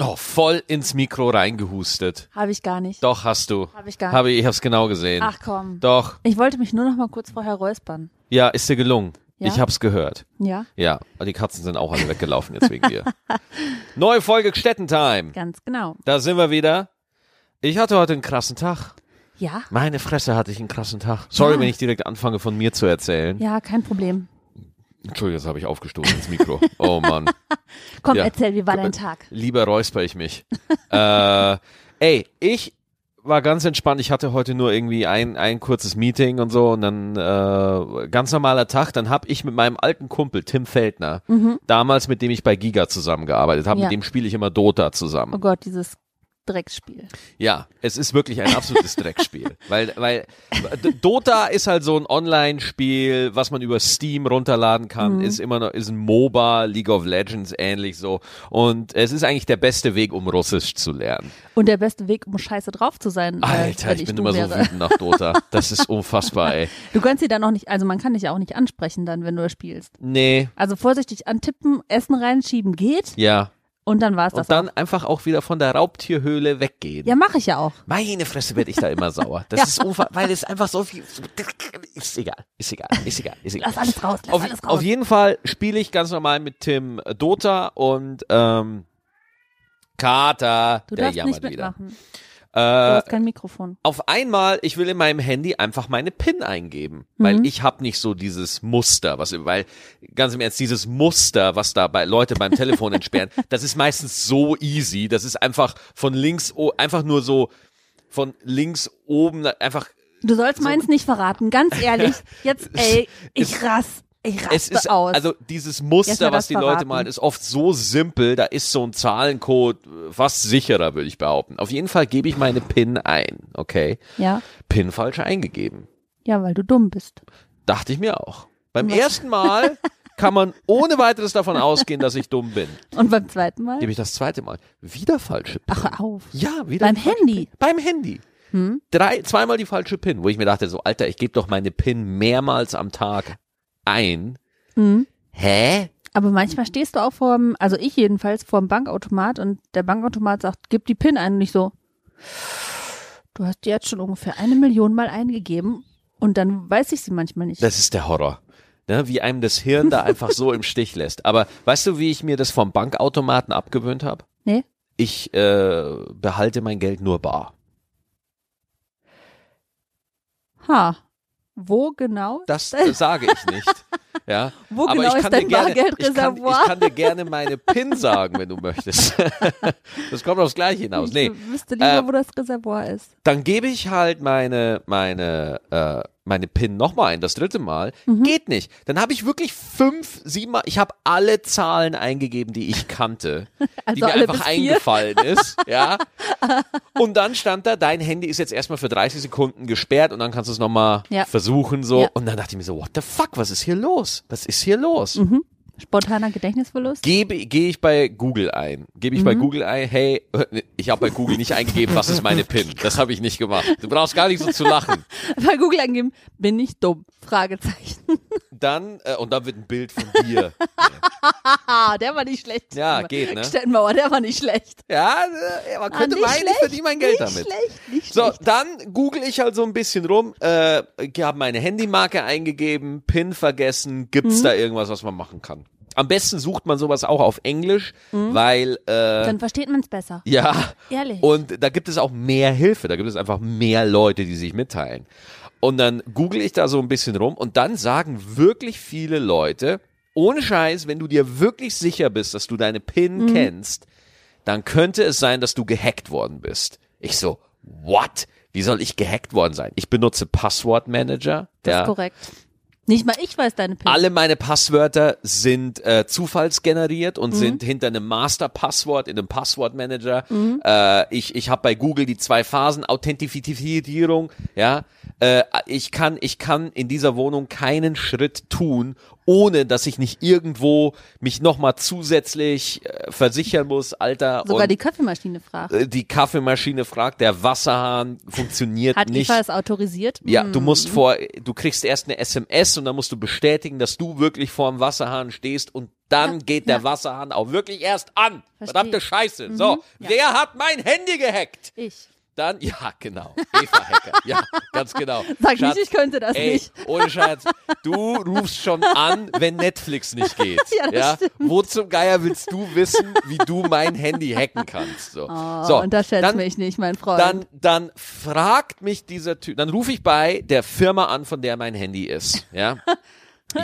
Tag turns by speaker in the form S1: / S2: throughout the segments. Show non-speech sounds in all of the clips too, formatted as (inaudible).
S1: Oh, voll ins Mikro reingehustet.
S2: Habe ich gar nicht.
S1: Doch, hast du.
S2: Habe ich gar nicht.
S1: Habe ich, ich hab's genau gesehen.
S2: Ach komm.
S1: Doch.
S2: Ich wollte mich nur noch mal kurz vorher räuspern.
S1: Ja, ist dir gelungen.
S2: Ja?
S1: Ich hab's gehört.
S2: Ja,
S1: Ja, die Katzen sind auch alle weggelaufen jetzt wegen
S2: (laughs)
S1: dir. Neue Folge Städtentime.
S2: ganz genau.
S1: Da sind wir wieder. Ich hatte heute einen krassen Tag.
S2: Ja?
S1: Meine Fresse hatte ich einen krassen Tag. Sorry,
S2: Ja.
S1: wenn ich direkt anfange von mir zu erzählen.
S2: Ja, kein Problem.
S1: Entschuldigung, das habe ich aufgestoßen ins Mikro. Oh Mann.
S2: Komm,
S1: Ja.
S2: erzähl, wie war dein Tag?
S1: Lieber räusper ich mich. (laughs) äh, ey, ich war ganz entspannt. Ich hatte heute nur irgendwie ein, ein kurzes Meeting und so und dann äh, ganz normaler Tag. Dann hab ich mit meinem alten Kumpel Tim Feldner, damals mit dem ich bei Giga zusammengearbeitet habe,
S2: Mhm. Ja.
S1: mit dem spiele ich immer Dota zusammen.
S2: Oh Gott, dieses Drecksspiel.
S1: Ja, es ist wirklich ein
S2: (laughs)
S1: absolutes Dreckspiel. Weil, weil D- Dota ist halt so ein Online-Spiel, was man über Steam runterladen kann,
S2: Mhm.
S1: ist immer noch, ist ein MOBA, League of Legends ähnlich so. Und es ist eigentlich der beste Weg, um Russisch zu lernen.
S2: Und der beste Weg, um scheiße drauf zu sein, äh,
S1: Alter,
S2: wenn
S1: ich bin
S2: du
S1: immer so
S2: wäre.
S1: wütend nach Dota. Das
S2: (laughs)
S1: ist unfassbar, ey.
S2: Du kannst sie dann auch nicht, also man kann dich ja auch nicht ansprechen dann, wenn du das spielst.
S1: Nee,
S2: Also vorsichtig antippen, Essen reinschieben geht
S1: ja.
S2: und dann war's das.
S1: Und dann einfach auch wieder von der Raubtierhöhle weggehen.
S2: auch. Ja, mache ich ja auch.
S1: Meine Fresse werde ich da immer sauer.
S2: (laughs)
S1: Das ist unfassbar, weil es einfach so viel. Ist egal, ist egal, ist egal, ist egal.
S2: Lass alles raus, lass
S1: auf,
S2: alles raus.
S1: auf jeden Fall spiele ich ganz normal mit Tim äh, Dota und ähm, Kater,
S2: du
S1: der
S2: darfst
S1: jammert
S2: nicht
S1: wieder.
S2: mitmachen. Du
S1: Äh,
S2: hast kein Mikrofon.
S1: auf einmal, ich will in meinem Handy einfach meine PIN eingeben,
S2: Mhm.
S1: weil ich habe nicht so dieses Muster, was weil ganz im Ernst dieses Muster, was da bei Leute beim
S2: (laughs)
S1: Telefon entsperren, das ist meistens so easy, das ist einfach von links o- einfach nur so von links oben einfach
S2: Du sollst meins nicht verraten, ganz
S1: (laughs)
S2: ehrlich. Jetzt, ey, ich rass, ich raste
S1: es ist
S2: aus.
S1: also dieses
S2: Jetzt mal
S1: Muster,
S2: das
S1: was die Leute
S2: verraten.
S1: malen, ist oft so simpel, da ist so ein Zahlencode äh, fast sicherer, würde ich behaupten. Auf jeden Fall gebe ich meine PIN ein, okay?
S2: ja,
S1: PIN falsch eingegeben.
S2: ja, weil du dumm bist.
S1: Dachte ich mir auch. Beim ersten Mal kann man ohne weiteres davon ausgehen, dass ich dumm bin.
S2: Und beim zweiten Mal?
S1: Gebe ich das zweite Mal wieder falsche PIN.
S2: Ach, auf.
S1: Ja, wieder
S2: Beim
S1: die falsche
S2: Handy? Hm?
S1: PIN. Beim Handy. Drei, zweimal die falsche PIN, wo ich mir dachte, so, Alter, ich gebe doch meine PIN mehrmals am Tag ein.
S2: Hm?
S1: Hä?
S2: Aber manchmal stehst du auch vorm, also ich jedenfalls, vorm Bankautomat und der Bankautomat sagt, gib die PIN ein und ich so, du hast die jetzt schon ungefähr eine Million Mal eingegeben und dann weiß ich sie manchmal nicht.
S1: Das ist der Horror. Ne, wie einem das Hirn da einfach so im Stich lässt. Aber weißt du, wie ich mir das vom Bankautomaten abgewöhnt habe?
S2: nee?
S1: Ich äh, behalte mein Geld nur bar.
S2: Ha. Wo genau? (laughs)
S1: Das äh, sage ich nicht. Ja,
S2: Wo
S1: aber
S2: genau
S1: ich
S2: ist
S1: kann dir
S2: dein
S1: gerne, Ich kann,
S2: Bargeldreservoir?
S1: ich kann dir gerne meine PIN sagen, wenn du möchtest. (laughs) das kommt aufs Gleiche hinaus. Genau, Nee,
S2: Ich wüsste lieber,
S1: Äh,
S2: wo das Reservoir ist.
S1: dann gebe ich halt meine meine äh, meine PIN nochmal ein, das dritte Mal.
S2: Mhm.
S1: Geht nicht. Dann habe ich wirklich fünf, sieben Mal, ich habe alle Zahlen eingegeben, die ich kannte, die
S2: (laughs) Also
S1: mir
S2: alle
S1: einfach
S2: bis vier.
S1: eingefallen
S2: (laughs)
S1: ist. Ja. Und dann stand da, dein Handy ist jetzt erstmal für 30 Sekunden gesperrt und dann kannst du es nochmal
S2: Ja.
S1: versuchen. so.
S2: Ja.
S1: Und dann dachte ich mir so, what the fuck, was ist hier los? Was ist hier los?
S2: Mhm. Spontaner Gedächtnisverlust? (laughs)
S1: gebe gehe ich bei Google ein. Gebe ich bei
S2: Mhm.
S1: Google ein, hey, ich habe bei Google nicht eingegeben, was ist meine PIN. Das habe ich nicht gemacht. Du brauchst gar nicht so zu lachen.
S2: Bei Google angeben, bin ich dumm? Fragezeichen.
S1: Dann äh, und dann wird ein Bild von dir.
S2: Ah, der war nicht schlecht.
S1: Ja, geht, ne?
S2: Stettenbauer, der war nicht schlecht.
S1: Ja, äh, man könnte
S2: ah, nicht
S1: meinen, ich
S2: schlecht,
S1: verdiene mein Geld
S2: nicht
S1: damit.
S2: Schlecht, nicht
S1: So,
S2: schlecht.
S1: dann google ich halt so ein bisschen rum, äh, habe meine Handymarke eingegeben, PIN vergessen,
S2: Mhm.
S1: gibt's da irgendwas, was man machen kann? Am besten sucht man sowas auch auf Englisch,
S2: Mhm.
S1: weil äh,
S2: Dann versteht man es besser.
S1: Ja.
S2: Ehrlich?
S1: Und da gibt es auch mehr Hilfe, da gibt es einfach mehr Leute, die sich mitteilen. Und dann google ich da so ein bisschen rum und dann sagen wirklich viele Leute, ohne Scheiß, wenn du dir wirklich sicher bist, dass du deine PIN
S2: Mhm.
S1: kennst, dann könnte es sein, dass du gehackt worden bist. Ich so, what? Wie soll ich gehackt worden sein? Ich benutze Passwortmanager.
S2: Das
S1: ja.
S2: ist korrekt. Nicht mal ich weiß deine PIN.
S1: Alle meine Passwörter sind äh, zufallsgeneriert
S2: Mhm.
S1: und sind hinter einem Master-Passwort in einem Passwortmanager.
S2: Mhm.
S1: Äh, ich ich habe bei Google die zwei Phasen Authentifizierung. Ja, äh, ich kann ich kann in dieser Wohnung keinen Schritt tun, ohne dass ich nicht irgendwo mich nochmal zusätzlich äh, versichern muss, Alter.
S2: Sogar
S1: und
S2: die Kaffeemaschine fragt.
S1: äh, die Kaffeemaschine fragt, der Wasserhahn funktioniert
S2: Hat
S1: nicht.
S2: IFA es autorisiert?
S1: Ja,
S2: Hm.
S1: du musst vor, du kriegst erst eine SMS und dann musst du bestätigen, dass du wirklich vor dem Wasserhahn stehst und dann
S2: Ja,
S1: geht der
S2: ja.
S1: Wasserhahn auch wirklich erst an.
S2: Versteh.
S1: Verdammte Scheiße. So,
S2: ja.
S1: wer hat mein Handy gehackt?
S2: Ich.
S1: Dann, ja, genau. Eva Hacker. ja, ganz genau.
S2: (laughs) Sag
S1: Schatz,
S2: nicht, ich könnte das
S1: Ey,
S2: nicht.
S1: ohne Scherz, du rufst schon an, wenn Netflix nicht geht.
S2: (laughs) Ja, das stimmt.
S1: Wo zum Geier willst du wissen, wie du mein Handy hacken kannst? So,
S2: Oh,
S1: so
S2: unterschätzt
S1: dann,
S2: mich nicht, mein Freund.
S1: dann, dann fragt mich dieser Typ, dann rufe ich bei der Firma an, von der mein Handy ist. Ja?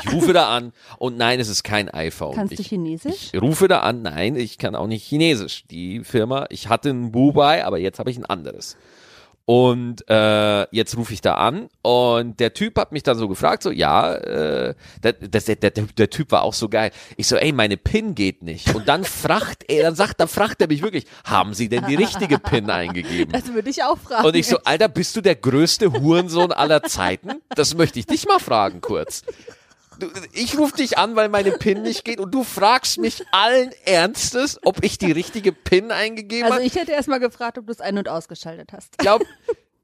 S1: Ich rufe da an und nein, es ist kein iPhone.
S2: Kannst du
S1: ich,
S2: Chinesisch?
S1: ich rufe da an, nein, ich kann auch nicht Chinesisch. Die Firma, ich hatte ein Bubai, aber jetzt habe ich ein anderes. Und äh, jetzt rufe ich da an und der Typ hat mich dann so gefragt, so, ja, äh, der, das, der, der, der Typ war auch so geil. Ich so, ey, meine PIN geht nicht. Und dann fragt er, dann sagt, dann fragt er mich wirklich, haben Sie denn die richtige PIN eingegeben?
S2: das würde ich auch fragen.
S1: Und ich so, Alter, bist du der größte Hurensohn aller Zeiten? Das möchte ich dich mal fragen kurz. Du, ich rufe dich an, weil meine PIN nicht geht und du fragst mich allen Ernstes, ob ich die richtige PIN eingegeben
S2: also
S1: habe.
S2: ich hätte erst mal gefragt, ob du es ein- und ausgeschaltet hast.
S1: Ich glaube,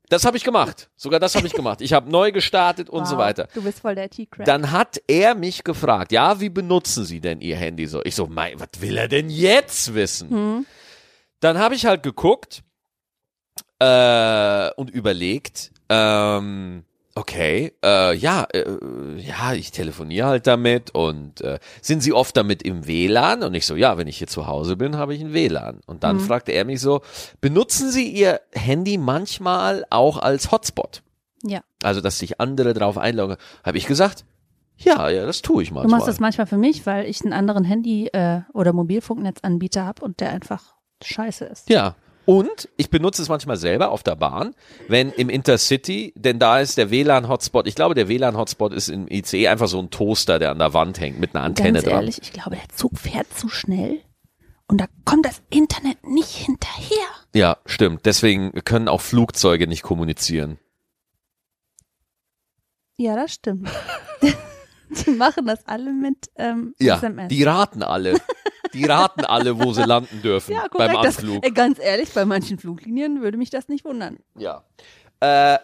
S1: das habe ich gemacht. Sogar das habe ich gemacht. Ich habe neu gestartet und so
S2: Wow,
S1: weiter.
S2: Du bist voll der T-Crack.
S1: Dann hat er mich gefragt, ja, wie benutzen Sie denn Ihr Handy so? Ich so, mei, was will er denn jetzt wissen? Dann habe ich halt geguckt äh, und überlegt, ähm, okay, äh, ja, äh, ja, ich telefoniere halt damit und äh, sind Sie oft damit im WLAN? Und ich so, ja, wenn ich hier zu Hause bin, habe ich ein WLAN. Und dann fragte er mich so, benutzen Sie Ihr Handy manchmal auch als Hotspot?
S2: ja.
S1: Also, dass sich andere drauf einloggen. Habe ich gesagt, ja, ja, das tue ich
S2: Du
S1: manchmal.
S2: machst das manchmal für mich, weil ich einen anderen Handy- äh, oder Mobilfunknetzanbieter habe und der einfach scheiße ist.
S1: ja. Und ich benutze es manchmal selber auf der Bahn, wenn im Intercity, denn da ist der WLAN-Hotspot, ich glaube, der WLAN-Hotspot ist im ICE einfach so ein Toaster, der an der Wand hängt mit einer Antenne
S2: Ganz ehrlich, ich glaube, der Zug fährt zu schnell und da kommt das Internet nicht hinterher.
S1: dran. Ja, stimmt. Deswegen können auch Flugzeuge nicht kommunizieren.
S2: Ja, das stimmt. (laughs) die machen das alle mit ähm,
S1: Ja,
S2: SMS.
S1: die raten alle. Die raten alle, wo sie landen dürfen
S2: ja, korrekt.
S1: beim
S2: das,
S1: Anflug.
S2: äh, ganz ehrlich, bei manchen Fluglinien würde mich das nicht wundern.
S1: Ja. Äh,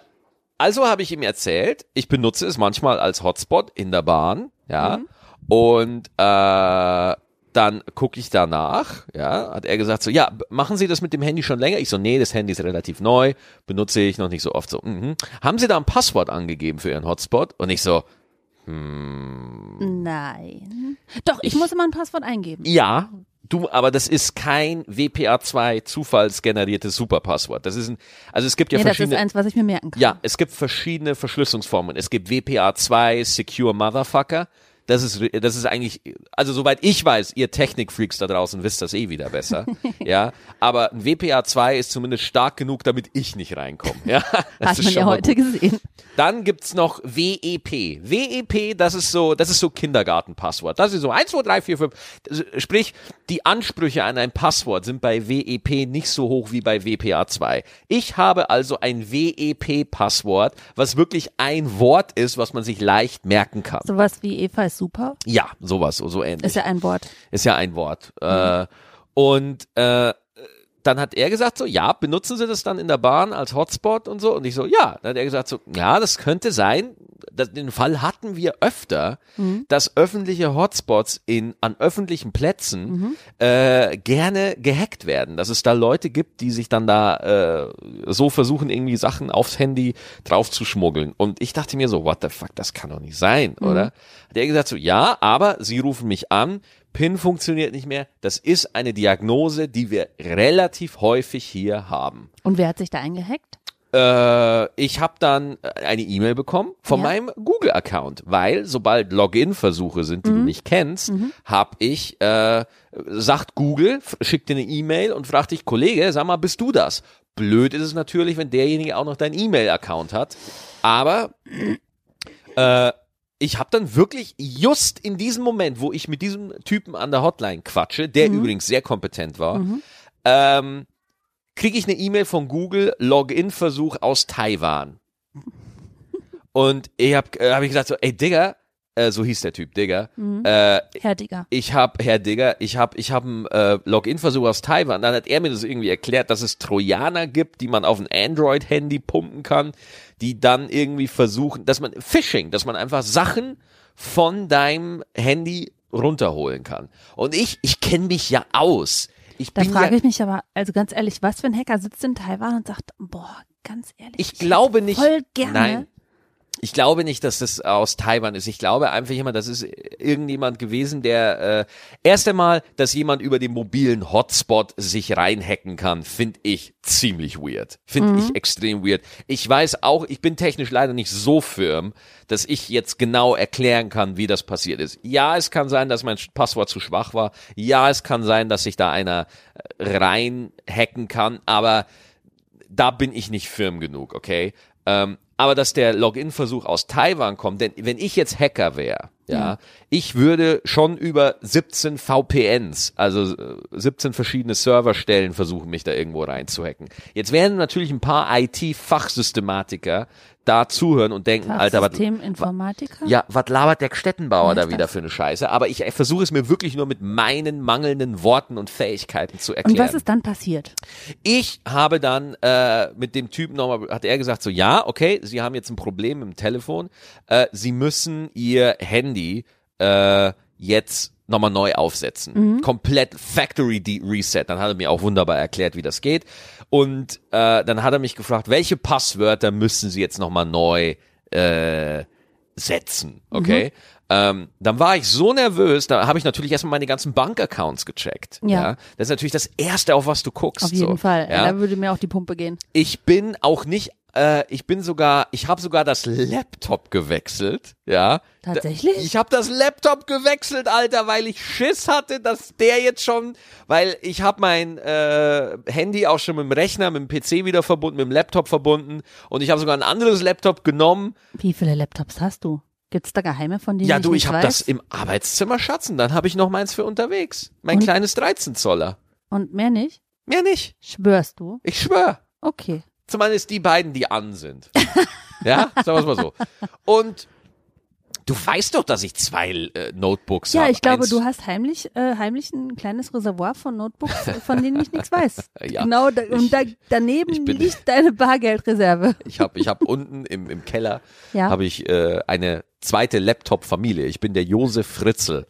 S1: also habe ich ihm erzählt, ich benutze es manchmal als Hotspot in der Bahn, ja.
S2: Mhm.
S1: Und äh, dann gucke ich danach, ja, hat er gesagt so, ja, b- machen Sie das mit dem Handy schon länger? Ich so, nee, das Handy ist relativ neu, benutze ich noch nicht so oft so. Mhm. Haben Sie da ein Passwort angegeben für Ihren Hotspot? Und ich so,
S2: Nein. Doch, ich, muss immer ein Passwort eingeben.
S1: Ja, du, aber das ist kein WPA2 zufallsgeneriertes Superpasswort. Das ist ein, also es gibt ja
S2: nee, das ist
S1: verschiedene.
S2: eins, was ich mir merken kann.
S1: Ja, es gibt verschiedene Verschlüsselungsformen. Es gibt WPA2, Secure Motherfucker. Das ist, das ist eigentlich, also soweit ich weiß, ihr Technikfreaks da draußen wisst das eh wieder
S2: (laughs)
S1: besser. ja, aber ein WPA2 ist zumindest stark genug, damit ich nicht reinkomme. Ja, das
S2: Hat
S1: ist schon
S2: man ja
S1: mal
S2: heute
S1: gut.
S2: gesehen.
S1: Dann gibt's noch E WEP. WEP, das ist so, das ist so Kindergartenpasswort. Das ist so 1, 2, 3, 4, 5. Also, Sprich, die Ansprüche an ein Passwort sind bei WEP nicht so hoch wie bei WPA2. Ich habe also ein WEP-Passwort, was wirklich ein Wort ist, was man sich leicht merken kann.
S2: Sowas wie Eva ist super.
S1: Ja, sowas, so ähnlich
S2: Ist ja ein Wort.
S1: ist ja ein Wort. Äh, und äh, dann hat er gesagt so, ja, benutzen Sie das dann in der Bahn als Hotspot und so? Und ich so, ja. Dann hat er gesagt so, ja, das könnte sein. Das, den Fall hatten wir öfter, dass öffentliche Hotspots in, an öffentlichen Plätzen äh, gerne gehackt werden. Dass es da Leute gibt, die sich dann da äh, so versuchen, irgendwie Sachen aufs Handy draufzuschmuggeln. Und ich dachte mir so, what the fuck, das kann doch nicht sein, oder? Hat er gesagt so, ja, aber Sie rufen mich an, PIN funktioniert nicht mehr. Das ist eine Diagnose, die wir relativ häufig hier haben.
S2: Und wer hat sich da eingehackt?
S1: Äh, ich habe dann äh, eine E-Mail bekommen von
S2: Ja.
S1: meinem Google-Account, weil sobald Login-Versuche sind, die du nicht kennst, habe ich, äh, sagt Google, f- schickt dir eine E-Mail und fragt dich, Kollege, sag mal, bist du das? Blöd ist es natürlich, wenn derjenige auch noch deinen E-Mail-Account hat. Aber äh, ich habe dann wirklich just in diesem Moment, wo ich mit diesem Typen an der Hotline quatsche, der übrigens sehr kompetent war, ähm, kriege ich eine E-Mail von Google, Login-Versuch aus Taiwan. Und ich habe äh, hab ich gesagt so, ey Digga, äh, so hieß der Typ, Digga,
S2: Mhm.
S1: äh,
S2: Herr Digger.
S1: ich hab, Herr Digger, ich hab, ich hab einen äh, Login-Versuch aus Taiwan. Dann hat er mir das irgendwie erklärt, dass es Trojaner gibt, die man auf ein Android-Handy pumpen kann, die dann irgendwie versuchen, dass man Phishing, dass man einfach Sachen von deinem Handy runterholen kann. Und ich, ich kenne mich ja aus. Ich
S2: Da
S1: bin
S2: frage
S1: ja,
S2: ich mich aber, also ganz ehrlich, was für ein Hacker sitzt in Taiwan und sagt, boah, ganz ehrlich.
S1: ich glaube nicht.
S2: Voll gerne.
S1: Nein. Ich glaube nicht, dass das aus Taiwan ist. Ich glaube einfach immer, das ist irgendjemand gewesen, der äh, erst einmal, dass jemand über den mobilen Hotspot sich reinhacken kann, finde ich ziemlich weird. Finde
S2: Mhm.
S1: ich extrem weird. Ich weiß auch, ich bin technisch leider nicht so firm, dass ich jetzt genau erklären kann, wie das passiert ist. Ja, es kann sein, dass mein Passwort zu schwach war. Ja, es kann sein, dass sich da einer äh, reinhacken kann, aber da bin ich nicht firm genug, okay? Ähm, aber dass der Login-Versuch aus Taiwan kommt, denn wenn ich jetzt Hacker wäre, ja,
S2: Mhm.
S1: ich würde schon über 17 VPNs, also äh, 17 verschiedene Serverstellen versuchen, mich da irgendwo reinzuhacken. Jetzt werden natürlich ein paar IT-Fachsystematiker da zuhören und denken, Alter, was,
S2: Systeminformatiker?
S1: ja, was labert der Stettenbauer
S2: Was
S1: da
S2: ist
S1: wieder
S2: das?
S1: für eine Scheiße? Aber ich äh, versuche es mir wirklich nur mit meinen mangelnden Worten und Fähigkeiten zu
S2: Und
S1: erklären.
S2: was ist dann passiert?
S1: Ich habe dann äh, mit dem Typen nochmal, hat er gesagt, so ja, okay, Sie haben jetzt ein Problem im Telefon, äh, Sie müssen Ihr Handy äh, jetzt nochmal neu aufsetzen. Komplett Factory De Reset. Dann hat er mir auch wunderbar erklärt, wie das geht. Und äh, dann hat er mich gefragt, welche Passwörter müssen Sie jetzt nochmal neu äh, setzen, okay? Ähm, dann war ich so nervös, da habe ich natürlich erstmal meine ganzen Bankaccounts gecheckt. Ja.
S2: Ja.
S1: Das ist natürlich das Erste, auf was du guckst.
S2: Auf jeden
S1: so.
S2: Fall.
S1: Ja?
S2: Da würde mir auch die Pumpe gehen.
S1: Ich bin auch nicht, äh, ich bin sogar, ich habe sogar das Laptop gewechselt, ja.
S2: Tatsächlich?
S1: Ich habe das Laptop gewechselt, Alter, weil ich Schiss hatte, dass der jetzt schon, weil ich habe mein äh, Handy auch schon mit dem Rechner, mit dem PC wieder verbunden, mit dem Laptop verbunden und ich habe sogar ein anderes Laptop genommen,
S2: Wie viele Laptops hast du? Gibt's da Geheime von denen?
S1: Ja, du,
S2: nicht
S1: ich habe
S2: weiß?
S1: das im Arbeitszimmer schatzen. Dann habe ich noch meins für unterwegs. Mein
S2: Und?
S1: kleines 13 Zoller.
S2: Und mehr nicht?
S1: Mehr nicht.
S2: Schwörst du?
S1: Ich schwör.
S2: Okay.
S1: Zumindest die beiden, die an
S2: (laughs)
S1: sind. ja, sagen wir mal so. Und du weißt doch, dass ich zwei äh, Notebooks habe.
S2: Ja, ich glaube, du hast heimlich, äh, heimlich ein kleines Reservoir von Notebooks, von denen ich nichts weiß.
S1: (laughs) Ja,
S2: genau, da, und
S1: ich-
S2: da, daneben
S1: ich bin-
S2: liegt deine Bargeldreserve.
S1: Ich habe
S2: (laughs)
S1: ich (laughs) hab unten im, im Keller
S2: Ja.
S1: habe ich äh, eine zweite Laptop-Familie. Ich bin der Josef
S2: (laughs)
S1: Fritzel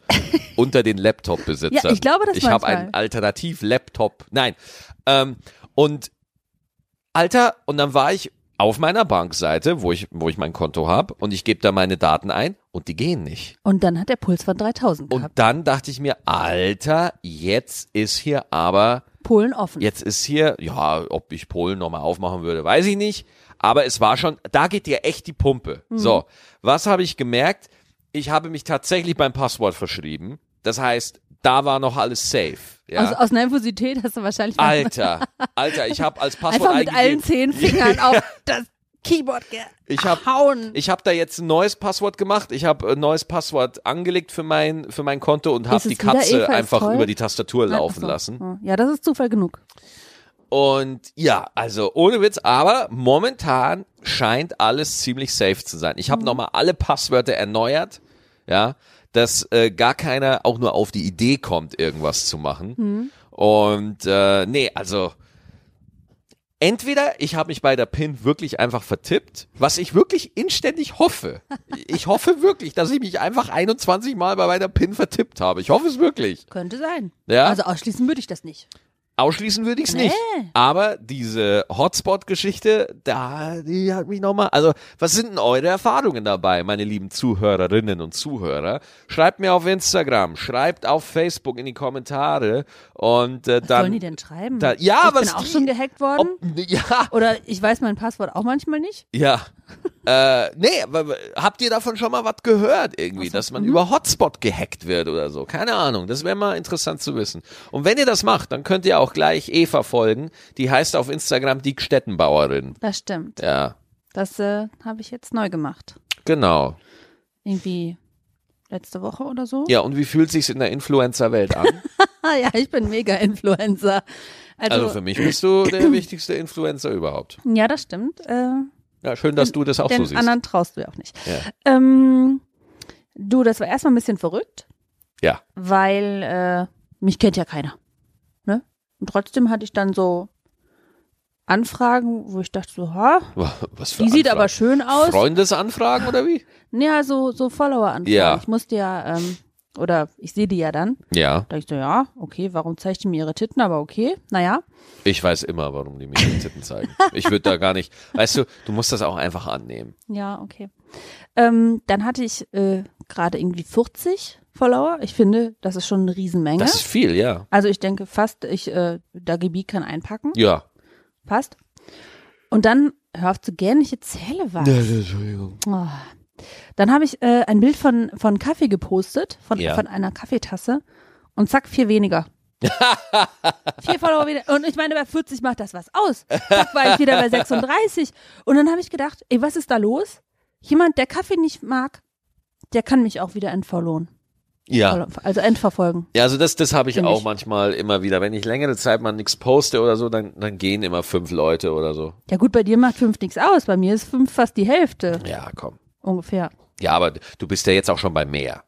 S1: unter den Laptop-Besitzern.
S2: Ja, ich glaube das
S1: Ich habe
S2: manchmal.
S1: einen Alternativ-Laptop. Nein. Ähm, und Alter, und dann war ich auf meiner Bankseite, wo ich, wo ich mein Konto habe, und ich gebe da meine Daten ein und die gehen nicht.
S2: Und dann hat der Puls von 3000
S1: Und
S2: gehabt.
S1: dann dachte ich mir, Alter, jetzt ist hier aber
S2: Polen offen.
S1: Jetzt ist hier, ja, ob ich Polen nochmal aufmachen würde, weiß ich nicht. Aber es war schon, da geht dir echt die Pumpe.
S2: Mhm.
S1: So, was habe ich gemerkt? Ich habe mich tatsächlich beim Passwort verschrieben. Das heißt, da war noch alles safe. Ja? Ah,
S2: Aus, aus Nervosität hast du wahrscheinlich
S1: Alter, Alter, ich habe als Passwort
S2: einfach mit allen
S1: eingegeben, (laughs)
S2: zehn Fingern auf das Keyboard
S1: Ich hab-
S2: gehauen.
S1: ich habe da jetzt ein neues Passwort gemacht. Ich habe ein neues Passwort angelegt für mein, für mein Konto und habe
S2: Ist es
S1: die
S2: wieder
S1: Katze
S2: Eva ist
S1: einfach
S2: toll?
S1: über die Tastatur laufen
S2: Ach so. Oh,
S1: lassen.
S2: Ja, das ist Zufall genug.
S1: Und ja, also ohne Witz, aber momentan scheint alles ziemlich safe zu sein. Ich habe nochmal alle Passwörter erneuert, ja, dass äh, gar keiner auch nur auf die Idee kommt, irgendwas zu machen. Und äh, nee, also entweder ich habe mich bei der PIN wirklich einfach vertippt, was ich wirklich inständig hoffe. Ich hoffe wirklich, dass ich mich einfach 21 Mal bei meiner PIN vertippt habe. Ich hoffe es wirklich.
S2: Könnte sein.
S1: Ja.
S2: Also ausschließen würde ich das nicht.
S1: Ausschließen würde ich es
S2: Nee.
S1: nicht. Aber diese Hotspot-Geschichte, da, die hat mich nochmal. Also, was sind denn eure Erfahrungen dabei, meine lieben Zuhörerinnen und Zuhörer? Schreibt mir auf Instagram, schreibt auf Facebook in die Kommentare und äh, dann.
S2: Sollen die denn schreiben?
S1: da- ja,
S2: ich bin
S1: was
S2: auch
S1: die-
S2: schon gehackt worden.
S1: Ob, (laughs) ja,
S2: Oder ich weiß mein Passwort auch manchmal nicht.
S1: ja. äh, nee, aber habt ihr davon schon mal was gehört irgendwie, dass
S2: mhm.
S1: man über Hotspot gehackt wird oder so? Keine Ahnung, das wäre mal interessant zu wissen. Und wenn ihr das macht, dann könnt ihr auch gleich Eva folgen. Die heißt auf Instagram die Gstettenbauerin.
S2: Das stimmt.
S1: Ja,
S2: Das äh, habe ich jetzt neu gemacht.
S1: genau.
S2: Irgendwie letzte Woche oder so.
S1: Ja, und wie fühlt sich's in der Influencer-Welt an?
S2: (laughs) Ah, ja, ich bin Mega-Influencer. (laughs) Also,
S1: Also für mich bist du
S2: (clears throat)
S1: der wichtigste Influencer überhaupt.
S2: ja, das stimmt. Äh,
S1: Ja, schön, dass du das auch
S2: den
S1: so siehst.
S2: anderen traust du ja auch nicht.
S1: Ja.
S2: Ähm, Du, das war erstmal ein bisschen verrückt,
S1: Ja.
S2: weil äh, mich kennt ja keiner. Ne? Und trotzdem hatte ich dann so Anfragen, wo ich dachte so, ha,
S1: Was für
S2: die sieht aber
S1: Anfragen?
S2: schön aus.
S1: Freundesanfragen oder wie?
S2: Ja, so, so Follower-Anfragen.
S1: Ja.
S2: Ich musste ja, ähm, oder ich sehe die ja dann.
S1: Ja.
S2: Da dachte ich so, ja, okay, warum zeigt die mir ihre Titten, aber okay, naja.
S1: Ich weiß immer, warum die mir die Titten zeigen. Ich würde da gar
S2: (laughs)
S1: nicht. Weißt du, du musst das auch einfach annehmen.
S2: Ja, okay. Ähm, dann hatte ich äh, gerade irgendwie 40 Follower. Ich finde, das ist schon eine Riesenmenge.
S1: Das ist viel, ja.
S2: also ich denke fast, ich, äh, da Gebiet kann einpacken.
S1: Ja.
S2: Passt. Und dann, hör auf zu gähnen, ich erzähle was.
S1: Entschuldigung.
S2: Oh. Dann habe ich äh, ein Bild von, von Kaffee gepostet, von,
S1: Ja.
S2: von einer Kaffeetasse. Und zack, vier
S1: (laughs)
S2: weniger. vier Follower weniger. Und ich meine, bei 40 macht das was aus. Zack, war ich wieder bei 36. Und dann habe ich gedacht, ey, was ist da los? Jemand, der Kaffee nicht mag, der kann mich auch wieder entfollowen.
S1: Ja.
S2: Follow- Also entverfolgen.
S1: Ja, also das, das habe ich
S2: Find
S1: auch
S2: ich.
S1: manchmal immer wieder. Wenn ich längere Zeit mal nichts poste oder so, dann, dann gehen immer fünf Leute oder so.
S2: Ja gut, bei dir macht fünf nichts aus. Bei mir ist fünf fast die Hälfte
S1: Ja, komm.
S2: ungefähr.
S1: Ja, aber du bist ja jetzt auch schon bei mehr.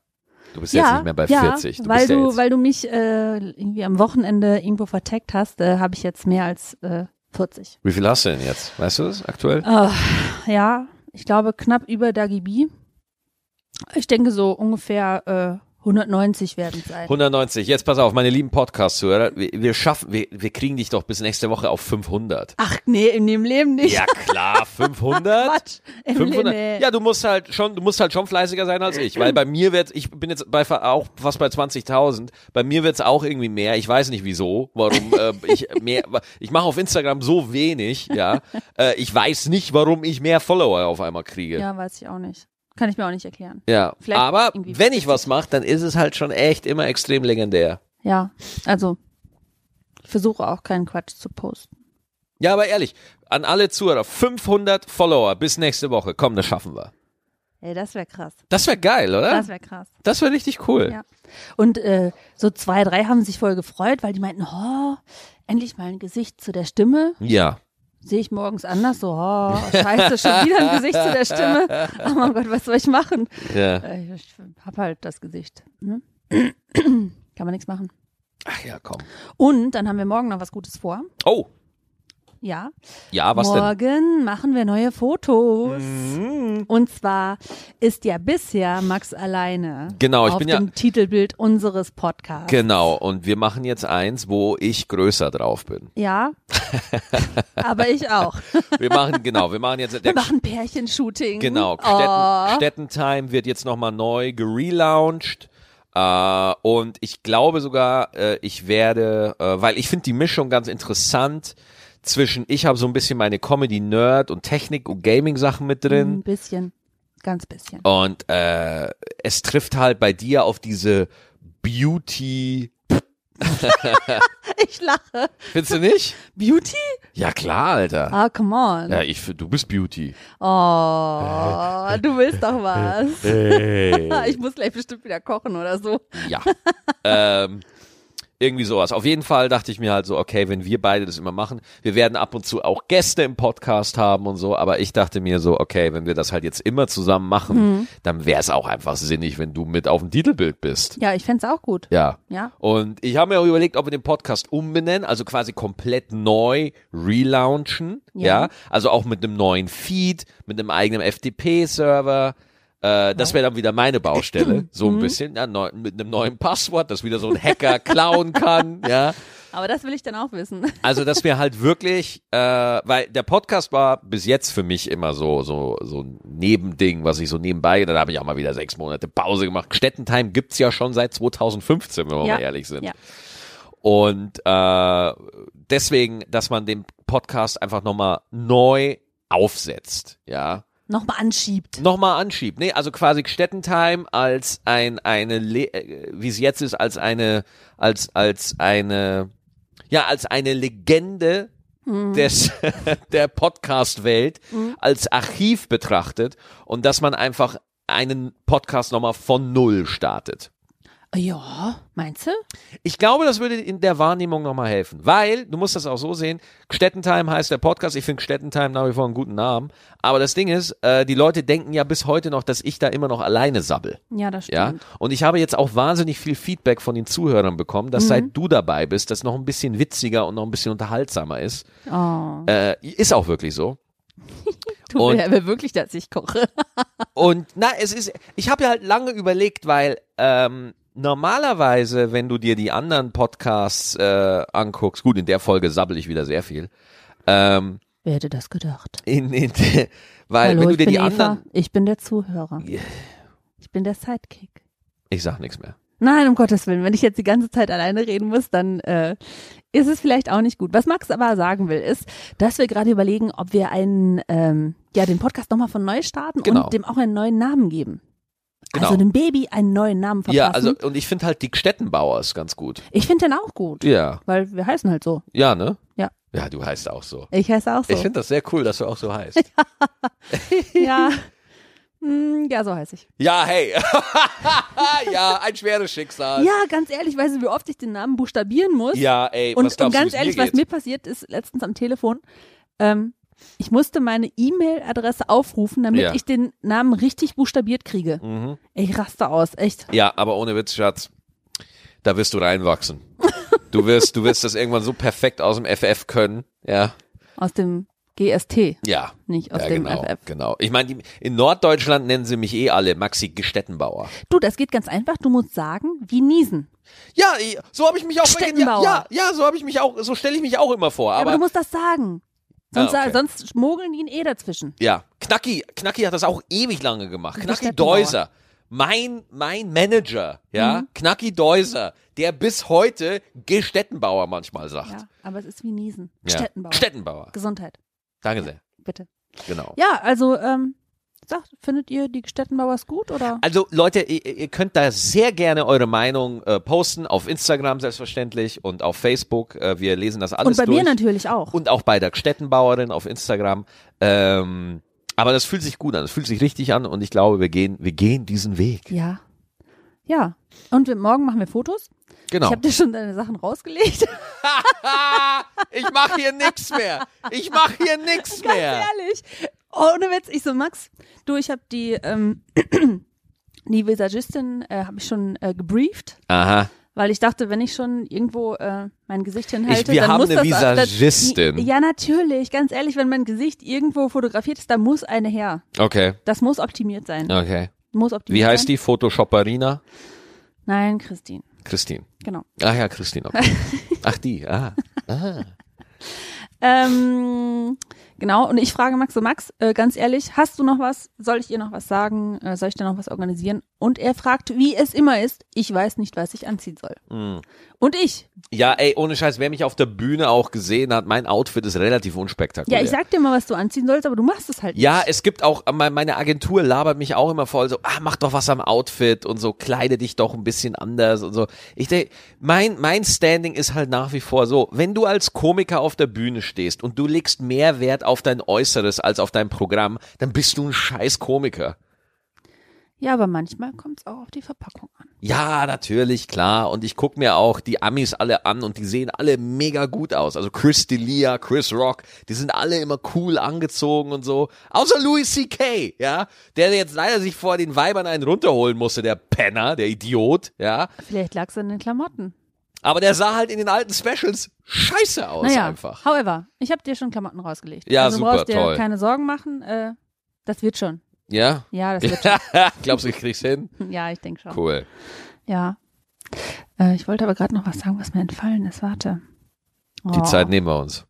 S1: Du bist jetzt
S2: ja,
S1: nicht mehr bei
S2: ja,
S1: 40. Du
S2: weil
S1: bist ja
S2: du,
S1: jetzt,
S2: weil du mich äh, irgendwie am Wochenende irgendwo verteckt hast, äh, habe ich jetzt mehr als äh, 40.
S1: wie viel hast du denn jetzt? Weißt du das aktuell?
S2: Ah, ja, ich glaube knapp über Dagi B. Ich denke so ungefähr äh, 190 werden es sein.
S1: 190. Jetzt pass auf, meine lieben Podcast-Zuhörer. Wir, wir schaffen, wir, wir kriegen dich doch bis nächste Woche auf 500.
S2: Ach nee, in dem Leben nicht.
S1: Ja klar, 500.
S2: (laughs) Quatsch. Im
S1: 500.
S2: Leben,
S1: Ja, du musst halt schon, du musst halt schon fleißiger sein als ich, weil bei mir wird, ich bin jetzt bei fa- auch fast bei 20.000. Bei mir wird's auch irgendwie mehr. Ich weiß nicht wieso, warum äh, ich mehr. Ich mache auf Instagram so wenig, ja. Äh, ich weiß nicht, warum ich mehr Follower auf einmal kriege. Ja.
S2: ja, weiß ich auch nicht. Kann ich mir auch nicht erklären. Vielleicht
S1: aber
S2: irgendwie
S1: wenn ich was mache, dann ist es halt schon echt immer extrem legendär.
S2: Ja, also ich versuche auch keinen Quatsch zu posten.
S1: Ja, aber ehrlich, an alle Zuhörer, 500 Follower bis nächste Woche. Komm, das schaffen wir.
S2: Ey, das wäre krass.
S1: Das wäre geil, oder?
S2: Das wäre krass.
S1: Das wäre richtig cool.
S2: Ja. Und äh, so zwei, drei haben sich voll gefreut, weil die meinten, oh, endlich mal ein Gesicht zu der Stimme.
S1: ja.
S2: Sehe ich morgens anders, so, oh, scheiße, schon wieder ein Gesicht zu der Stimme.
S1: (laughs)
S2: Oh mein Gott, was soll ich machen?
S1: ja.
S2: Äh, Ich hab halt das Gesicht. Ne? (clears throat) Kann man nichts machen.
S1: Ach ja, komm.
S2: Und dann haben wir morgen noch was Gutes vor.
S1: Oh,
S2: Ja.
S1: ja, Ah, was denn?
S2: morgen machen wir neue Fotos.
S1: Mhm.
S2: Und zwar ist ja bisher Max alleine
S1: Genau, ich
S2: auf
S1: bin ja-
S2: dem Titelbild unseres Podcasts.
S1: Genau, und wir machen jetzt eins, wo ich größer drauf bin. (laughs)
S2: Ja, aber ich auch.
S1: Wir
S2: (laughs)
S1: machen, genau, wir machen jetzt.
S2: Wir
S1: Der,
S2: machen Pärchenshooting.
S1: genau,
S2: oh.
S1: Städten, Städtentime wird jetzt nochmal neu gelauncht. Äh, und ich glaube sogar, äh, ich werde, äh, weil ich finde die Mischung ganz interessant zwischen, ich habe so ein bisschen meine Comedy-Nerd und Technik- und Gaming-Sachen mit drin.
S2: Ein bisschen, ganz bisschen.
S1: Und äh, es trifft halt bei dir auf diese Beauty.
S2: Ich lache.
S1: Findest du
S2: (laughs)
S1: nicht?
S2: Beauty?
S1: Ja klar, Alter.
S2: Ah, come on.
S1: Ja, Äh, ich, du bist Beauty.
S2: Oh, du willst doch was.
S1: Hey.
S2: (laughs) Ich muss gleich bestimmt wieder kochen oder so.
S1: ja. (laughs) ähm, irgendwie sowas. Auf jeden Fall dachte ich mir halt so, okay, wenn wir beide das immer machen, wir werden ab und zu auch Gäste im Podcast haben und so, aber ich dachte mir so, okay, wenn wir das halt jetzt immer zusammen machen, dann wäre es auch einfach sinnig, wenn du mit auf dem Titelbild bist.
S2: Ja, ich fänd's auch gut.
S1: Ja.
S2: Ja.
S1: Und ich habe mir auch überlegt, ob wir den Podcast umbenennen, also quasi komplett neu relaunchen. Ja.
S2: Ja.
S1: Also auch mit einem neuen Feed, mit einem eigenen FTP-Server. Äh, das wäre dann wieder meine Baustelle,
S2: (laughs)
S1: so
S2: Mhm.
S1: ein bisschen, ja, neu, mit einem neuen Passwort, das wieder so ein Hacker klauen kann, ja.
S2: Aber das will ich dann auch wissen. (laughs)
S1: Also, dass wir halt wirklich, äh, weil der Podcast war bis jetzt für mich immer so, so, so ein Nebending, was ich so nebenbei, dann habe ich auch mal wieder sechs Monate Pause gemacht. Städtentime gibt's ja schon seit 2015, wenn wir
S2: Ja.
S1: mal ehrlich sind.
S2: Ja.
S1: Und äh, deswegen, dass man den Podcast einfach nochmal neu aufsetzt, ja.
S2: Nochmal anschiebt.
S1: Nochmal anschiebt. Nee, also quasi Städtentime als ein, eine, Le- äh, wie es jetzt ist, als eine, als, als eine, ja, als eine Legende des, (laughs) der Podcast-Welt, als Archiv betrachtet und dass man einfach einen Podcast nochmal von Null startet.
S2: Ja, meinst du?
S1: Ich glaube, das würde in der Wahrnehmung nochmal helfen, weil du musst das auch so sehen. Stettentime heißt der Podcast. Ich finde Stettentime nach wie vor einen guten Namen. Aber das Ding ist, äh, die Leute denken ja bis heute noch, dass ich da immer noch alleine sabbel.
S2: Ja, das
S1: Ja.
S2: stimmt.
S1: Und ich habe jetzt auch wahnsinnig viel Feedback von den Zuhörern bekommen, dass seit du dabei bist, das noch ein bisschen witziger und noch ein bisschen unterhaltsamer ist.
S2: Oh,
S1: Äh, ist auch wirklich so.
S2: du
S1: und-
S2: wer will wirklich, dass ich koche. (laughs)
S1: Und na, es ist, ich habe ja halt lange überlegt, weil ähm, normalerweise, wenn du dir die anderen Podcasts äh, anguckst, gut, in der Folge sabbel ich wieder sehr viel. Ähm,
S2: Wer hätte das gedacht?
S1: in, in, (laughs) weil Äh, wenn du
S2: Hallo, ich
S1: dir
S2: bin
S1: die
S2: Eva.
S1: anderen,
S2: Ich bin der Zuhörer.
S1: Ja.
S2: Ich bin der Sidekick.
S1: ich sag nichts mehr.
S2: Nein, um Gottes Willen, wenn ich jetzt die ganze Zeit alleine reden muss, dann äh, ist es vielleicht auch nicht gut. Was Max aber sagen will, ist, dass wir gerade überlegen, ob wir einen, ähm, ja, den Podcast nochmal von neu starten
S1: Genau.
S2: und dem auch einen neuen Namen geben.
S1: Genau.
S2: Also dem Baby einen neuen Namen verpassen.
S1: Ja, also und ich finde halt die Gstettenbauer ist ganz gut.
S2: ich finde den auch gut,
S1: Ja,
S2: weil wir heißen halt so.
S1: ja, ne?
S2: Ja.
S1: Ja, du heißt auch so.
S2: Ich heiße auch so.
S1: Ich finde das sehr cool, dass du auch so
S2: (laughs)
S1: heißt.
S2: ja. (laughs) Hm, ja, so heiße ich.
S1: ja, hey. (laughs) ja, ein schweres Schicksal.
S2: Ja, ganz ehrlich, weißt du, wie oft ich den Namen buchstabieren muss?
S1: Ja, ey, was
S2: Und, und
S1: glaubst du,
S2: ganz
S1: wie's
S2: ehrlich,
S1: mir
S2: was
S1: geht?
S2: mir passiert ist letztens am Telefon, ähm, ich musste meine E-Mail-Adresse aufrufen, damit
S1: Ja. Mhm.
S2: ich den Namen richtig buchstabiert kriege. Ich raste aus, echt.
S1: Ja, aber ohne Witz, Schatz, da wirst du reinwachsen. Du wirst, du wirst das irgendwann so perfekt aus dem FF können. Ja,
S2: Aus dem GST,
S1: ja.
S2: nicht aus
S1: ja,
S2: dem
S1: genau,
S2: FF.
S1: genau. Ich meine, die- in Norddeutschland nennen sie mich eh alle Maxi Gestettenbauer.
S2: Du, das geht ganz einfach. Du musst sagen, wie niesen.
S1: Ja, ich- so habe ich mich auch
S2: Gestettenbauer.
S1: Ja, ja, so habe ich mich auch, so stelle ich mich auch immer vor.
S2: Ja,
S1: Aber,
S2: aber du musst das sagen. Sonst,
S1: Ah, okay.
S2: sonst mogeln die ein E dazwischen.
S1: ja, Knacki, Knacki hat das auch ewig lange gemacht. Knacki
S2: Gestettenbauer. Mhm.
S1: Deuser, mein, mein Manager, ja, Knacki Deuser, der bis heute Gestettenbauer manchmal sagt.
S2: Ja, aber es ist wie niesen.
S1: Ja.
S2: Stettenbau.
S1: Stettenbauer.
S2: Gesundheit,
S1: Danke sehr.
S2: bitte.
S1: Genau.
S2: Ja, also, ähm, sagt, findet ihr die Stettenbauers gut oder?
S1: Also Leute, ihr, ihr könnt da sehr gerne eure Meinung äh, posten, auf Instagram selbstverständlich und auf Facebook. Äh, wir lesen das alles
S2: Und bei
S1: durch.
S2: mir natürlich auch.
S1: Und auch bei der Gstettenbauerin auf Instagram. Ähm, aber das fühlt sich gut an, das fühlt sich richtig an und ich glaube, wir gehen, wir gehen diesen Weg.
S2: Ja. Ja. Und wir, morgen machen wir Fotos.
S1: Genau.
S2: Ich habe dir schon deine
S1: (laughs)
S2: Sachen rausgelegt.
S1: ich mache hier nichts mehr. Ich mache hier nichts mehr.
S2: (laughs) Ehrlich. Ohne Witz. Ich so, Max, du, ich habe die, ähm, (clears throat) die Visagistin äh, habe ich schon äh, gebrieft,
S1: Aha.
S2: weil ich dachte, wenn ich schon irgendwo äh, mein Gesicht hinhalte,
S1: Ich, wir
S2: dann
S1: haben
S2: muss
S1: eine
S2: das, das-
S1: Visagistin.
S2: ja, natürlich. Ganz ehrlich, wenn mein Gesicht irgendwo fotografiert ist, da muss eine her.
S1: Okay,
S2: Das muss optimiert sein.
S1: okay.
S2: Muss optimiert
S1: Wie heißt
S2: sein.
S1: die? Photoshopperina?
S2: Nein, Christine.
S1: Christine.
S2: Genau.
S1: Ach ja, Christine.
S2: (laughs)
S1: Okay. Ach die, ah.
S2: Ähm, genau, und ich frage Max so, Max, äh, ganz ehrlich, hast du noch was? Soll ich ihr noch was sagen? Äh, soll ich dir noch was organisieren? Und er fragt, wie es immer ist, ich weiß nicht, was ich anziehen soll.
S1: Mm.
S2: Und ich,
S1: Ja, ey, ohne Scheiß, wer mich auf der Bühne auch gesehen hat, mein Outfit ist relativ
S2: ja,
S1: unspektakulär.
S2: ich sag dir mal, was du anziehen sollst, aber du machst es halt
S1: Oh Ja,
S2: nicht.
S1: es gibt auch, me- meine Agentur labert mich auch immer voll so, ah, mach doch was am Outfit und so, kleide dich doch ein bisschen anders und so. Ich denke, mein, mein Standing ist halt nach wie vor so, wenn du als Komiker auf der Bühne stehst und du legst mehr Wert auf dein Äußeres als auf dein Programm, dann bist du ein scheiß Komiker.
S2: Ja, aber manchmal kommt es auch auf die Verpackung an.
S1: Ja, natürlich, klar. Und ich guck mir auch die Amis alle an und die sehen alle mega gut aus. Also Chris D'Elia, Chris Rock, die sind alle immer cool angezogen und so. Außer Louis C.K., ja, der jetzt leider sich vor den Weibern einen runterholen musste, der Penner, der Idiot, ja.
S2: Vielleicht lag es an den Klamotten.
S1: Aber der sah halt in den alten Specials scheiße aus
S2: naja,
S1: Oh, einfach.
S2: however, ich habe dir schon Klamotten rausgelegt.
S1: Ja,
S2: also
S1: super,
S2: du brauchst dir
S1: toll.
S2: keine Sorgen machen. Äh, das wird schon.
S1: Ja?
S2: Ja,
S1: (laughs)
S2: das wird
S1: Glaubst du, ich krieg's hin?
S2: schon. Ja, ich denke schon.
S1: Cool.
S2: Ja. Äh, ich wollte aber gerade noch was sagen, was mir entfallen ist. Warte. Oh.
S1: Die Zeit nehmen wir
S2: (laughs)
S1: uns.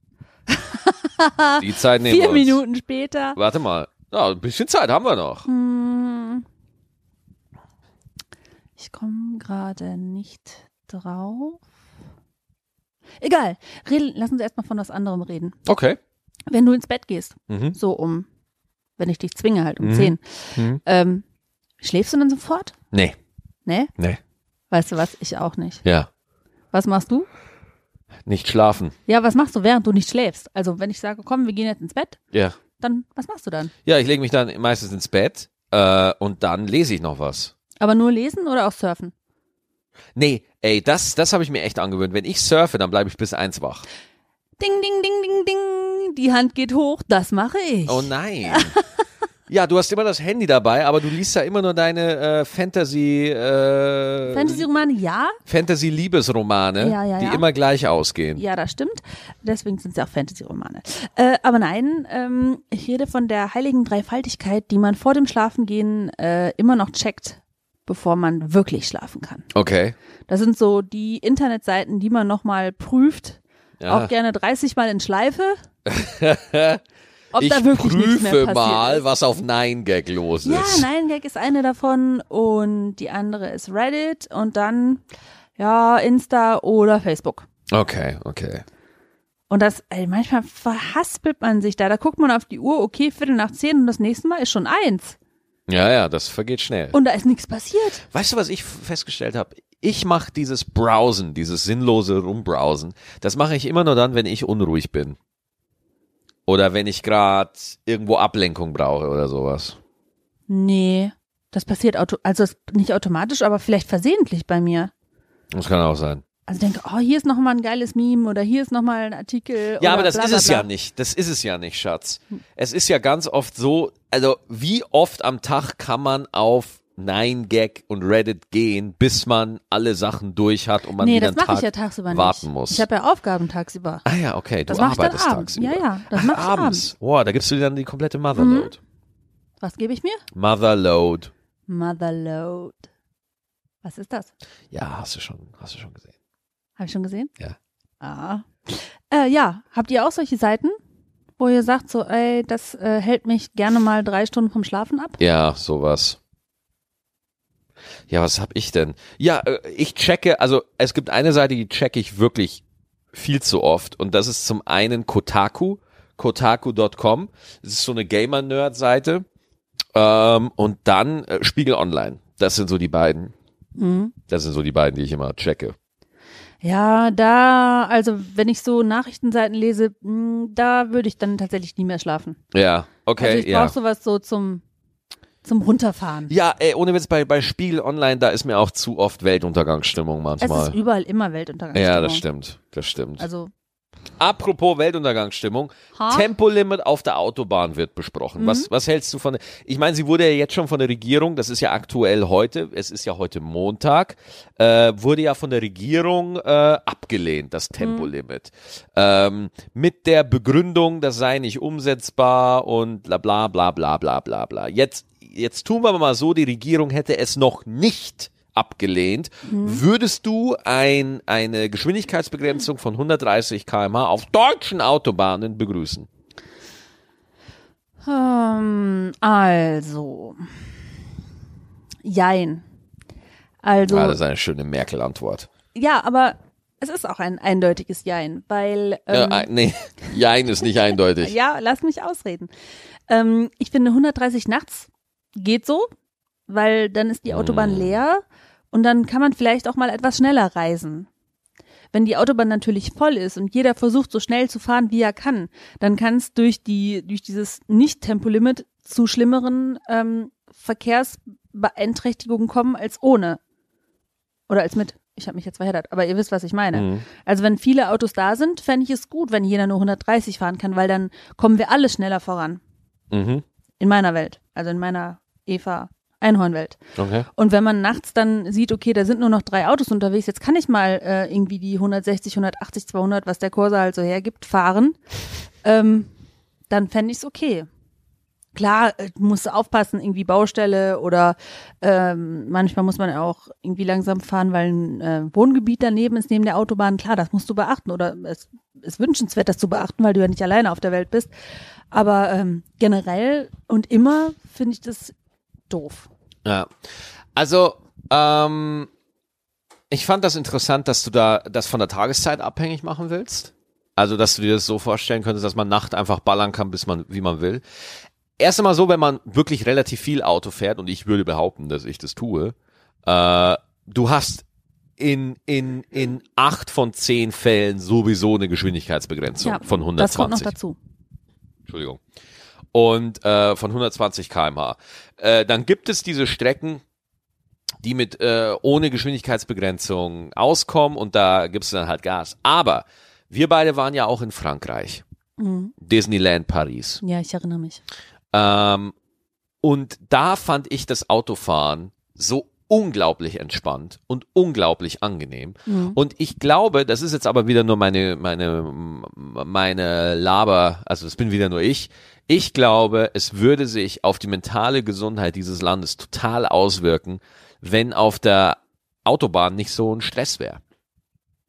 S1: Die Zeit nehmen wir
S2: Vier
S1: uns.
S2: Minuten später.
S1: Warte mal. Ja, ein bisschen Zeit haben wir noch.
S2: Hm. Ich komme gerade nicht drauf. Egal. Reden, lass uns erstmal von was anderem reden.
S1: Okay.
S2: Wenn du ins Bett gehst,
S1: Mhm.
S2: so um, wenn ich dich zwinge, halt um
S1: Mhm.
S2: zehn,
S1: Mhm.
S2: ähm, schläfst du dann sofort?
S1: Nee.
S2: Nee?
S1: Nee.
S2: Weißt du was? Ich auch nicht.
S1: Ja.
S2: Was machst du?
S1: Nicht schlafen.
S2: Ja, was machst du, während du nicht schläfst? Also, wenn ich sage, komm, wir gehen jetzt ins Bett,
S1: Ja.
S2: dann, was machst du dann?
S1: Ja, ich lege mich dann meistens ins Bett äh, und dann lese ich noch was.
S2: Aber nur lesen oder auch surfen?
S1: Nee, ey, das, das habe ich mir echt angewöhnt. Wenn ich surfe, dann bleibe ich bis eins wach.
S2: Ding, ding, ding, ding, ding. Die Hand geht hoch, das mache ich.
S1: Oh nein. (laughs) Ja, du hast immer das Handy dabei, aber du liest ja immer nur deine äh, Fantasy, äh,
S2: Fantasy-Romane, ja.
S1: Fantasy-Liebesromane,
S2: Ja, ja,
S1: die
S2: ja.
S1: immer gleich ausgehen.
S2: Ja, das stimmt. Deswegen sind es ja auch Fantasy-Romane. Äh, aber nein, ähm, ich rede von der heiligen Dreifaltigkeit, die man vor dem Schlafengehen äh, immer noch checkt, bevor man wirklich schlafen kann.
S1: Okay.
S2: Das sind so die Internetseiten, die man nochmal prüft.
S1: Ja.
S2: Auch gerne 30 Mal in Schleife.
S1: (laughs)
S2: Ob
S1: ich
S2: da wirklich nichts mehr
S1: prüfe
S2: passiert
S1: mal,
S2: ist.
S1: was auf Nine Gag los
S2: Ja,
S1: ist.
S2: Nine Gag ist eine davon und die andere ist Reddit und dann ja Insta oder Facebook.
S1: Okay, okay.
S2: Und das, ey, manchmal verhaspelt man sich da. Da guckt man auf die Uhr, okay, Viertel nach zehn und das nächste Mal ist schon eins.
S1: Ja, ja, das vergeht schnell.
S2: Und da ist nichts passiert.
S1: Weißt du, was ich festgestellt habe? Ich mache dieses Browsen, dieses sinnlose Rumbrowsen, das mache ich immer nur dann, wenn ich unruhig bin. Oder wenn ich gerade irgendwo Ablenkung brauche oder sowas.
S2: Nee, das passiert auto also es- nicht automatisch, aber vielleicht versehentlich bei mir.
S1: Das kann auch sein.
S2: Also ich denke, oh, hier ist nochmal ein geiles Meme oder hier ist nochmal ein Artikel.
S1: Ja,
S2: oder
S1: aber das
S2: bla,
S1: ist
S2: bla,
S1: es
S2: bla.
S1: ja nicht. Das ist es ja nicht, Schatz. Es ist ja ganz oft so, also wie oft am Tag kann man auf 9gag und Reddit gehen, bis man alle Sachen durch hat und man
S2: nee,
S1: wieder einen
S2: das mache
S1: Tag
S2: ich ja tagsüber nicht.
S1: warten muss.
S2: Ich habe ja Aufgaben tagsüber.
S1: ah ja, okay, du
S2: Das mache ich dann
S1: arbeitest
S2: abends.
S1: tagsüber.
S2: Ja, ja, das
S1: Ach,
S2: mache ich Mhm.
S1: abends. Wow, da gibst du dir dann die komplette Motherload.
S2: Was gebe ich mir?
S1: Motherload.
S2: Motherload. Was ist das?
S1: Ja, hast du schon, hast du schon gesehen.
S2: Habe ich schon gesehen?
S1: Ja.
S2: Ah. Äh, ja, habt ihr auch solche Seiten, wo ihr sagt, so, ey, das äh, hält mich gerne mal drei Stunden vom Schlafen ab?
S1: Ja, sowas. Ja, was hab ich denn? Ja, äh, ich checke, also es gibt eine Seite, die checke ich wirklich viel zu oft und das ist zum einen Kotaku, kotaku.com. Das ist so eine Gamer-Nerd-Seite ähm, und dann äh, Spiegel Online. Das sind so die beiden.
S2: Mhm.
S1: Das sind so die beiden, die ich immer checke.
S2: Ja, da, also wenn ich so Nachrichtenseiten lese, mh, da würde ich dann tatsächlich nie mehr schlafen.
S1: Ja, okay,
S2: also ich
S1: ja.
S2: brauche sowas so zum, zum Runterfahren.
S1: Ja, ey, ohne Witz, bei, bei Spiegel Online, da ist mir auch zu oft Weltuntergangsstimmung
S2: Es
S1: manchmal.
S2: ist überall immer Weltuntergang.
S1: ja, das stimmt, das stimmt.
S2: Also, Ah.
S1: Apropos Weltuntergangsstimmung,
S2: ha?
S1: Tempolimit auf der Autobahn wird besprochen. Was, was hältst du von Ich meine, sie wurde ja jetzt schon von der Regierung, das ist ja aktuell heute, es ist ja heute Montag, äh, wurde ja von der Regierung äh, abgelehnt, das Tempolimit. Ähm, mit der Begründung, das sei nicht umsetzbar und bla bla bla bla bla bla bla. Jetzt, jetzt tun wir mal so, die Regierung hätte es noch nicht abgelehnt. Würdest du ein, eine Geschwindigkeitsbegrenzung von 130 km/h auf deutschen Autobahnen begrüßen?
S2: Ähm, also. Jein. Also,
S1: Ja,
S2: ja,
S1: Ah, das ist eine schöne Merkel-Antwort.
S2: aber es ist auch ein eindeutiges Jein, weil.
S1: Ja,
S2: Ähm,
S1: äh, nee, Jein ist nicht eindeutig.
S2: (laughs) ja, lass mich ausreden. Ähm, ich finde 130 nachts geht so, weil dann ist die Autobahn leer und dann kann man vielleicht auch mal etwas schneller reisen. Wenn die Autobahn natürlich voll ist und jeder versucht, so schnell zu fahren, wie er kann, dann kann es durch, die, durch dieses Nicht-Tempolimit zu schlimmeren ähm, Verkehrsbeeinträchtigungen kommen als ohne. Oder als mit. Ich habe mich jetzt verheddert, aber ihr wisst, was ich meine.
S1: Mhm.
S2: Also wenn viele Autos da sind, fände ich es gut, wenn jeder nur 130 fahren kann, weil dann kommen wir alle schneller voran.
S1: Mhm.
S2: In meiner Welt, also in meiner Eva Einhornwelt.
S1: Okay.
S2: Und wenn man nachts dann sieht, okay, da sind nur noch drei Autos unterwegs, jetzt kann ich mal äh, irgendwie die 160, 180, 200, was der Corsa halt so hergibt, fahren, ähm, dann fände ich es okay. Klar, äh, musst du aufpassen, irgendwie Baustelle oder ähm, manchmal muss man auch irgendwie langsam fahren, weil ein äh, Wohngebiet daneben ist, neben der Autobahn. Klar, das musst du beachten oder es ist wünschenswert, das zu beachten, weil du ja nicht alleine auf der Welt bist. Aber ähm, generell und immer finde ich das doof.
S1: Ja. Also, ähm, ich fand das interessant, dass du da das von der Tageszeit abhängig machen willst. Also, dass du dir das so vorstellen könntest, dass man Nacht einfach ballern kann, bis man, wie man will. Erst einmal so, wenn man wirklich relativ viel Auto fährt, und ich würde behaupten, dass ich das tue, äh, du hast in, in, in acht von zehn Fällen sowieso eine Geschwindigkeitsbegrenzung von 120.
S2: Das kommt noch dazu.
S1: Entschuldigung. Und äh, von 120 km/h. Äh, dann gibt es diese Strecken, die mit äh, ohne Geschwindigkeitsbegrenzung auskommen und da gibst du dann halt Gas. Aber wir beide waren ja auch in Frankreich,
S2: Mhm.
S1: Disneyland Paris.
S2: Ja, ich erinnere mich.
S1: Ähm, und da fand ich das Autofahren so unglaublich entspannt und unglaublich angenehm.
S2: Mhm.
S1: Und ich glaube, das ist jetzt aber wieder nur meine, meine, m- meine Laber, also das bin wieder nur ich. Ich glaube, es würde sich auf die mentale Gesundheit dieses Landes total auswirken, wenn auf der Autobahn nicht so ein Stress wäre.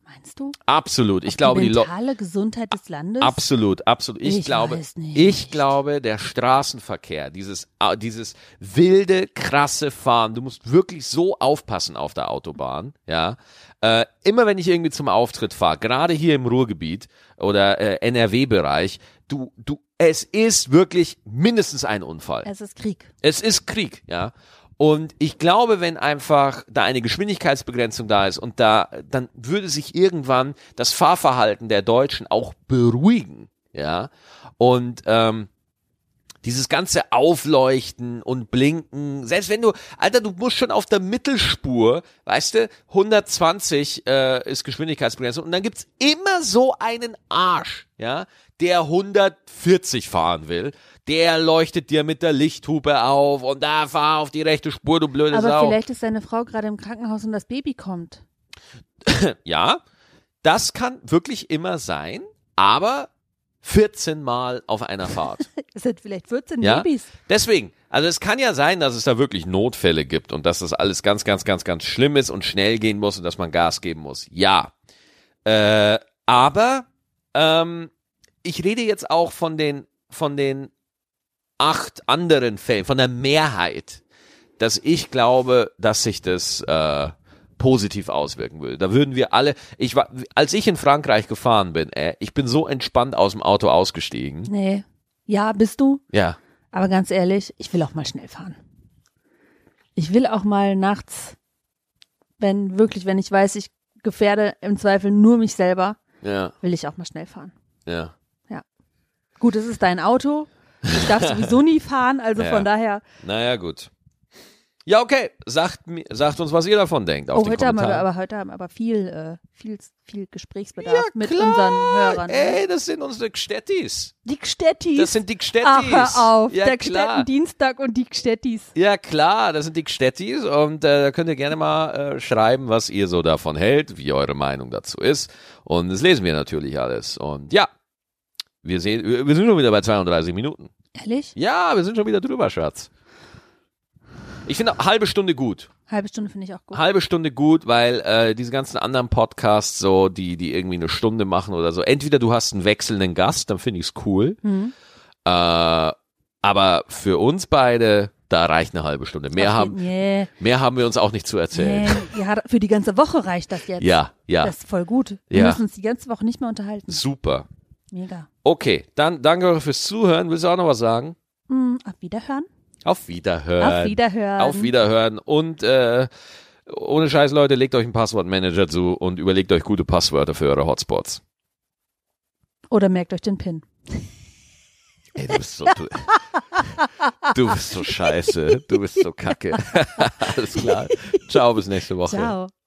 S2: Meinst du?
S1: Absolut. Ich glaube,
S2: die
S1: die Leute.
S2: mentale Gesundheit des Landes?
S1: Absolut, absolut. Ich,
S2: Ich
S1: glaube,
S2: weiß nicht.
S1: ich glaube, der Straßenverkehr, dieses, ah, dieses wilde, krasse Fahren, du musst wirklich so aufpassen auf der Autobahn, ja. Äh, immer wenn ich irgendwie zum Auftritt fahre, gerade hier im Ruhrgebiet oder äh, NRW-Bereich, du, du, es ist wirklich mindestens ein Unfall.
S2: Es ist Krieg.
S1: Es ist Krieg, ja. Und ich glaube, wenn einfach da eine Geschwindigkeitsbegrenzung da ist und da, dann würde sich irgendwann das Fahrverhalten der Deutschen auch beruhigen, ja. Und ähm, dieses ganze Aufleuchten und Blinken, selbst wenn du, Alter, du musst schon auf der Mittelspur, weißt du, 120 äh, ist Geschwindigkeitsbegrenzung und dann gibt's immer so einen Arsch, ja, der 140 fahren will, der leuchtet dir mit der Lichthupe auf und da fahr auf die rechte Spur, du blöde
S2: Aber
S1: Sau.
S2: vielleicht ist seine Frau gerade im Krankenhaus und das Baby kommt.
S1: Ja, das kann wirklich immer sein, aber 14 Mal auf einer Fahrt.
S2: Es sind vielleicht 14
S1: Ja?
S2: Babys.
S1: Deswegen, also es kann ja sein, dass es da wirklich Notfälle gibt und dass das alles ganz, ganz, ganz, ganz schlimm ist und schnell gehen muss und dass man Gas geben muss. Ja. Äh, aber ähm, ich rede jetzt auch von den, von den acht anderen Fällen, von der Mehrheit, dass ich glaube, dass sich das äh, positiv auswirken würde. Da würden wir alle, ich war, als ich in Frankreich gefahren bin, äh, ich bin so entspannt aus dem Auto ausgestiegen.
S2: Nee. Ja, bist du?
S1: Ja.
S2: Aber ganz ehrlich, ich will auch mal schnell fahren. Ich will auch mal nachts, wenn wirklich, wenn ich weiß, ich gefährde im Zweifel nur mich selber,
S1: Ja,
S2: will ich auch mal schnell fahren.
S1: ja.
S2: Gut, es ist dein Auto.
S1: (laughs)
S2: Ich darf sowieso nie fahren, also
S1: Ja.
S2: von daher.
S1: Naja, gut. Ja, okay. Sagt, mi- sagt uns, was ihr davon denkt. Auf
S2: Oh,
S1: den
S2: heute haben, wir,
S1: Kommentaren.
S2: aber heute haben wir aber viel, äh, viel, viel Gesprächsbedarf mit
S1: Klar,
S2: unseren Hörern.
S1: Ey, das sind unsere Gstettis.
S2: Die Gstettis.
S1: Das sind die Gstettis.
S2: Ach, Ah, hör auf.
S1: ja,
S2: Der
S1: klar.
S2: Gstettendienstag und die Gstettis.
S1: Ja, klar, das sind die Gstettis und äh, da könnt ihr gerne mal äh, schreiben, was ihr so davon hält, wie eure Meinung dazu ist. Und das lesen wir natürlich alles. Und ja, wir, sehen, wir wir sind schon wieder bei 32 Minuten.
S2: Ehrlich?
S1: Ja, wir sind schon wieder drüber, Schatz. Ich finde, halbe Stunde gut.
S2: Halbe Stunde finde ich auch gut.
S1: halbe Stunde gut, weil äh, diese ganzen anderen Podcasts, so die die irgendwie eine Stunde machen oder so. Entweder du hast einen wechselnden Gast, dann finde ich's cool.
S2: Mhm.
S1: Äh, aber für uns beide da reicht eine halbe Stunde. Mehr
S2: Auf
S1: haben
S2: jeden- Nee,
S1: mehr haben wir uns auch nicht zu erzählen.
S2: nee. Ja, für die ganze Woche reicht das jetzt.
S1: Ja, ja,
S2: Das ist voll gut. Wir
S1: Ja.
S2: müssen uns die ganze Woche nicht mehr unterhalten.
S1: super.
S2: Mega.
S1: Okay, dann danke fürs Zuhören. Willst du auch noch was sagen?
S2: Hm, auf Wiederhören.
S1: Auf Wiederhören.
S2: auf Wiederhören.
S1: Äh, Auf Wiederhören und äh, ohne Scheiß, Leute, legt euch einen Passwortmanager zu und überlegt euch gute Passwörter für eure Hotspots.
S2: Oder merkt euch den Pin.
S1: Ey, du bist so. Du, du (laughs) bist so scheiße. Du bist so kacke. Alles klar. Ciao, bis nächste Woche.
S2: Ciao.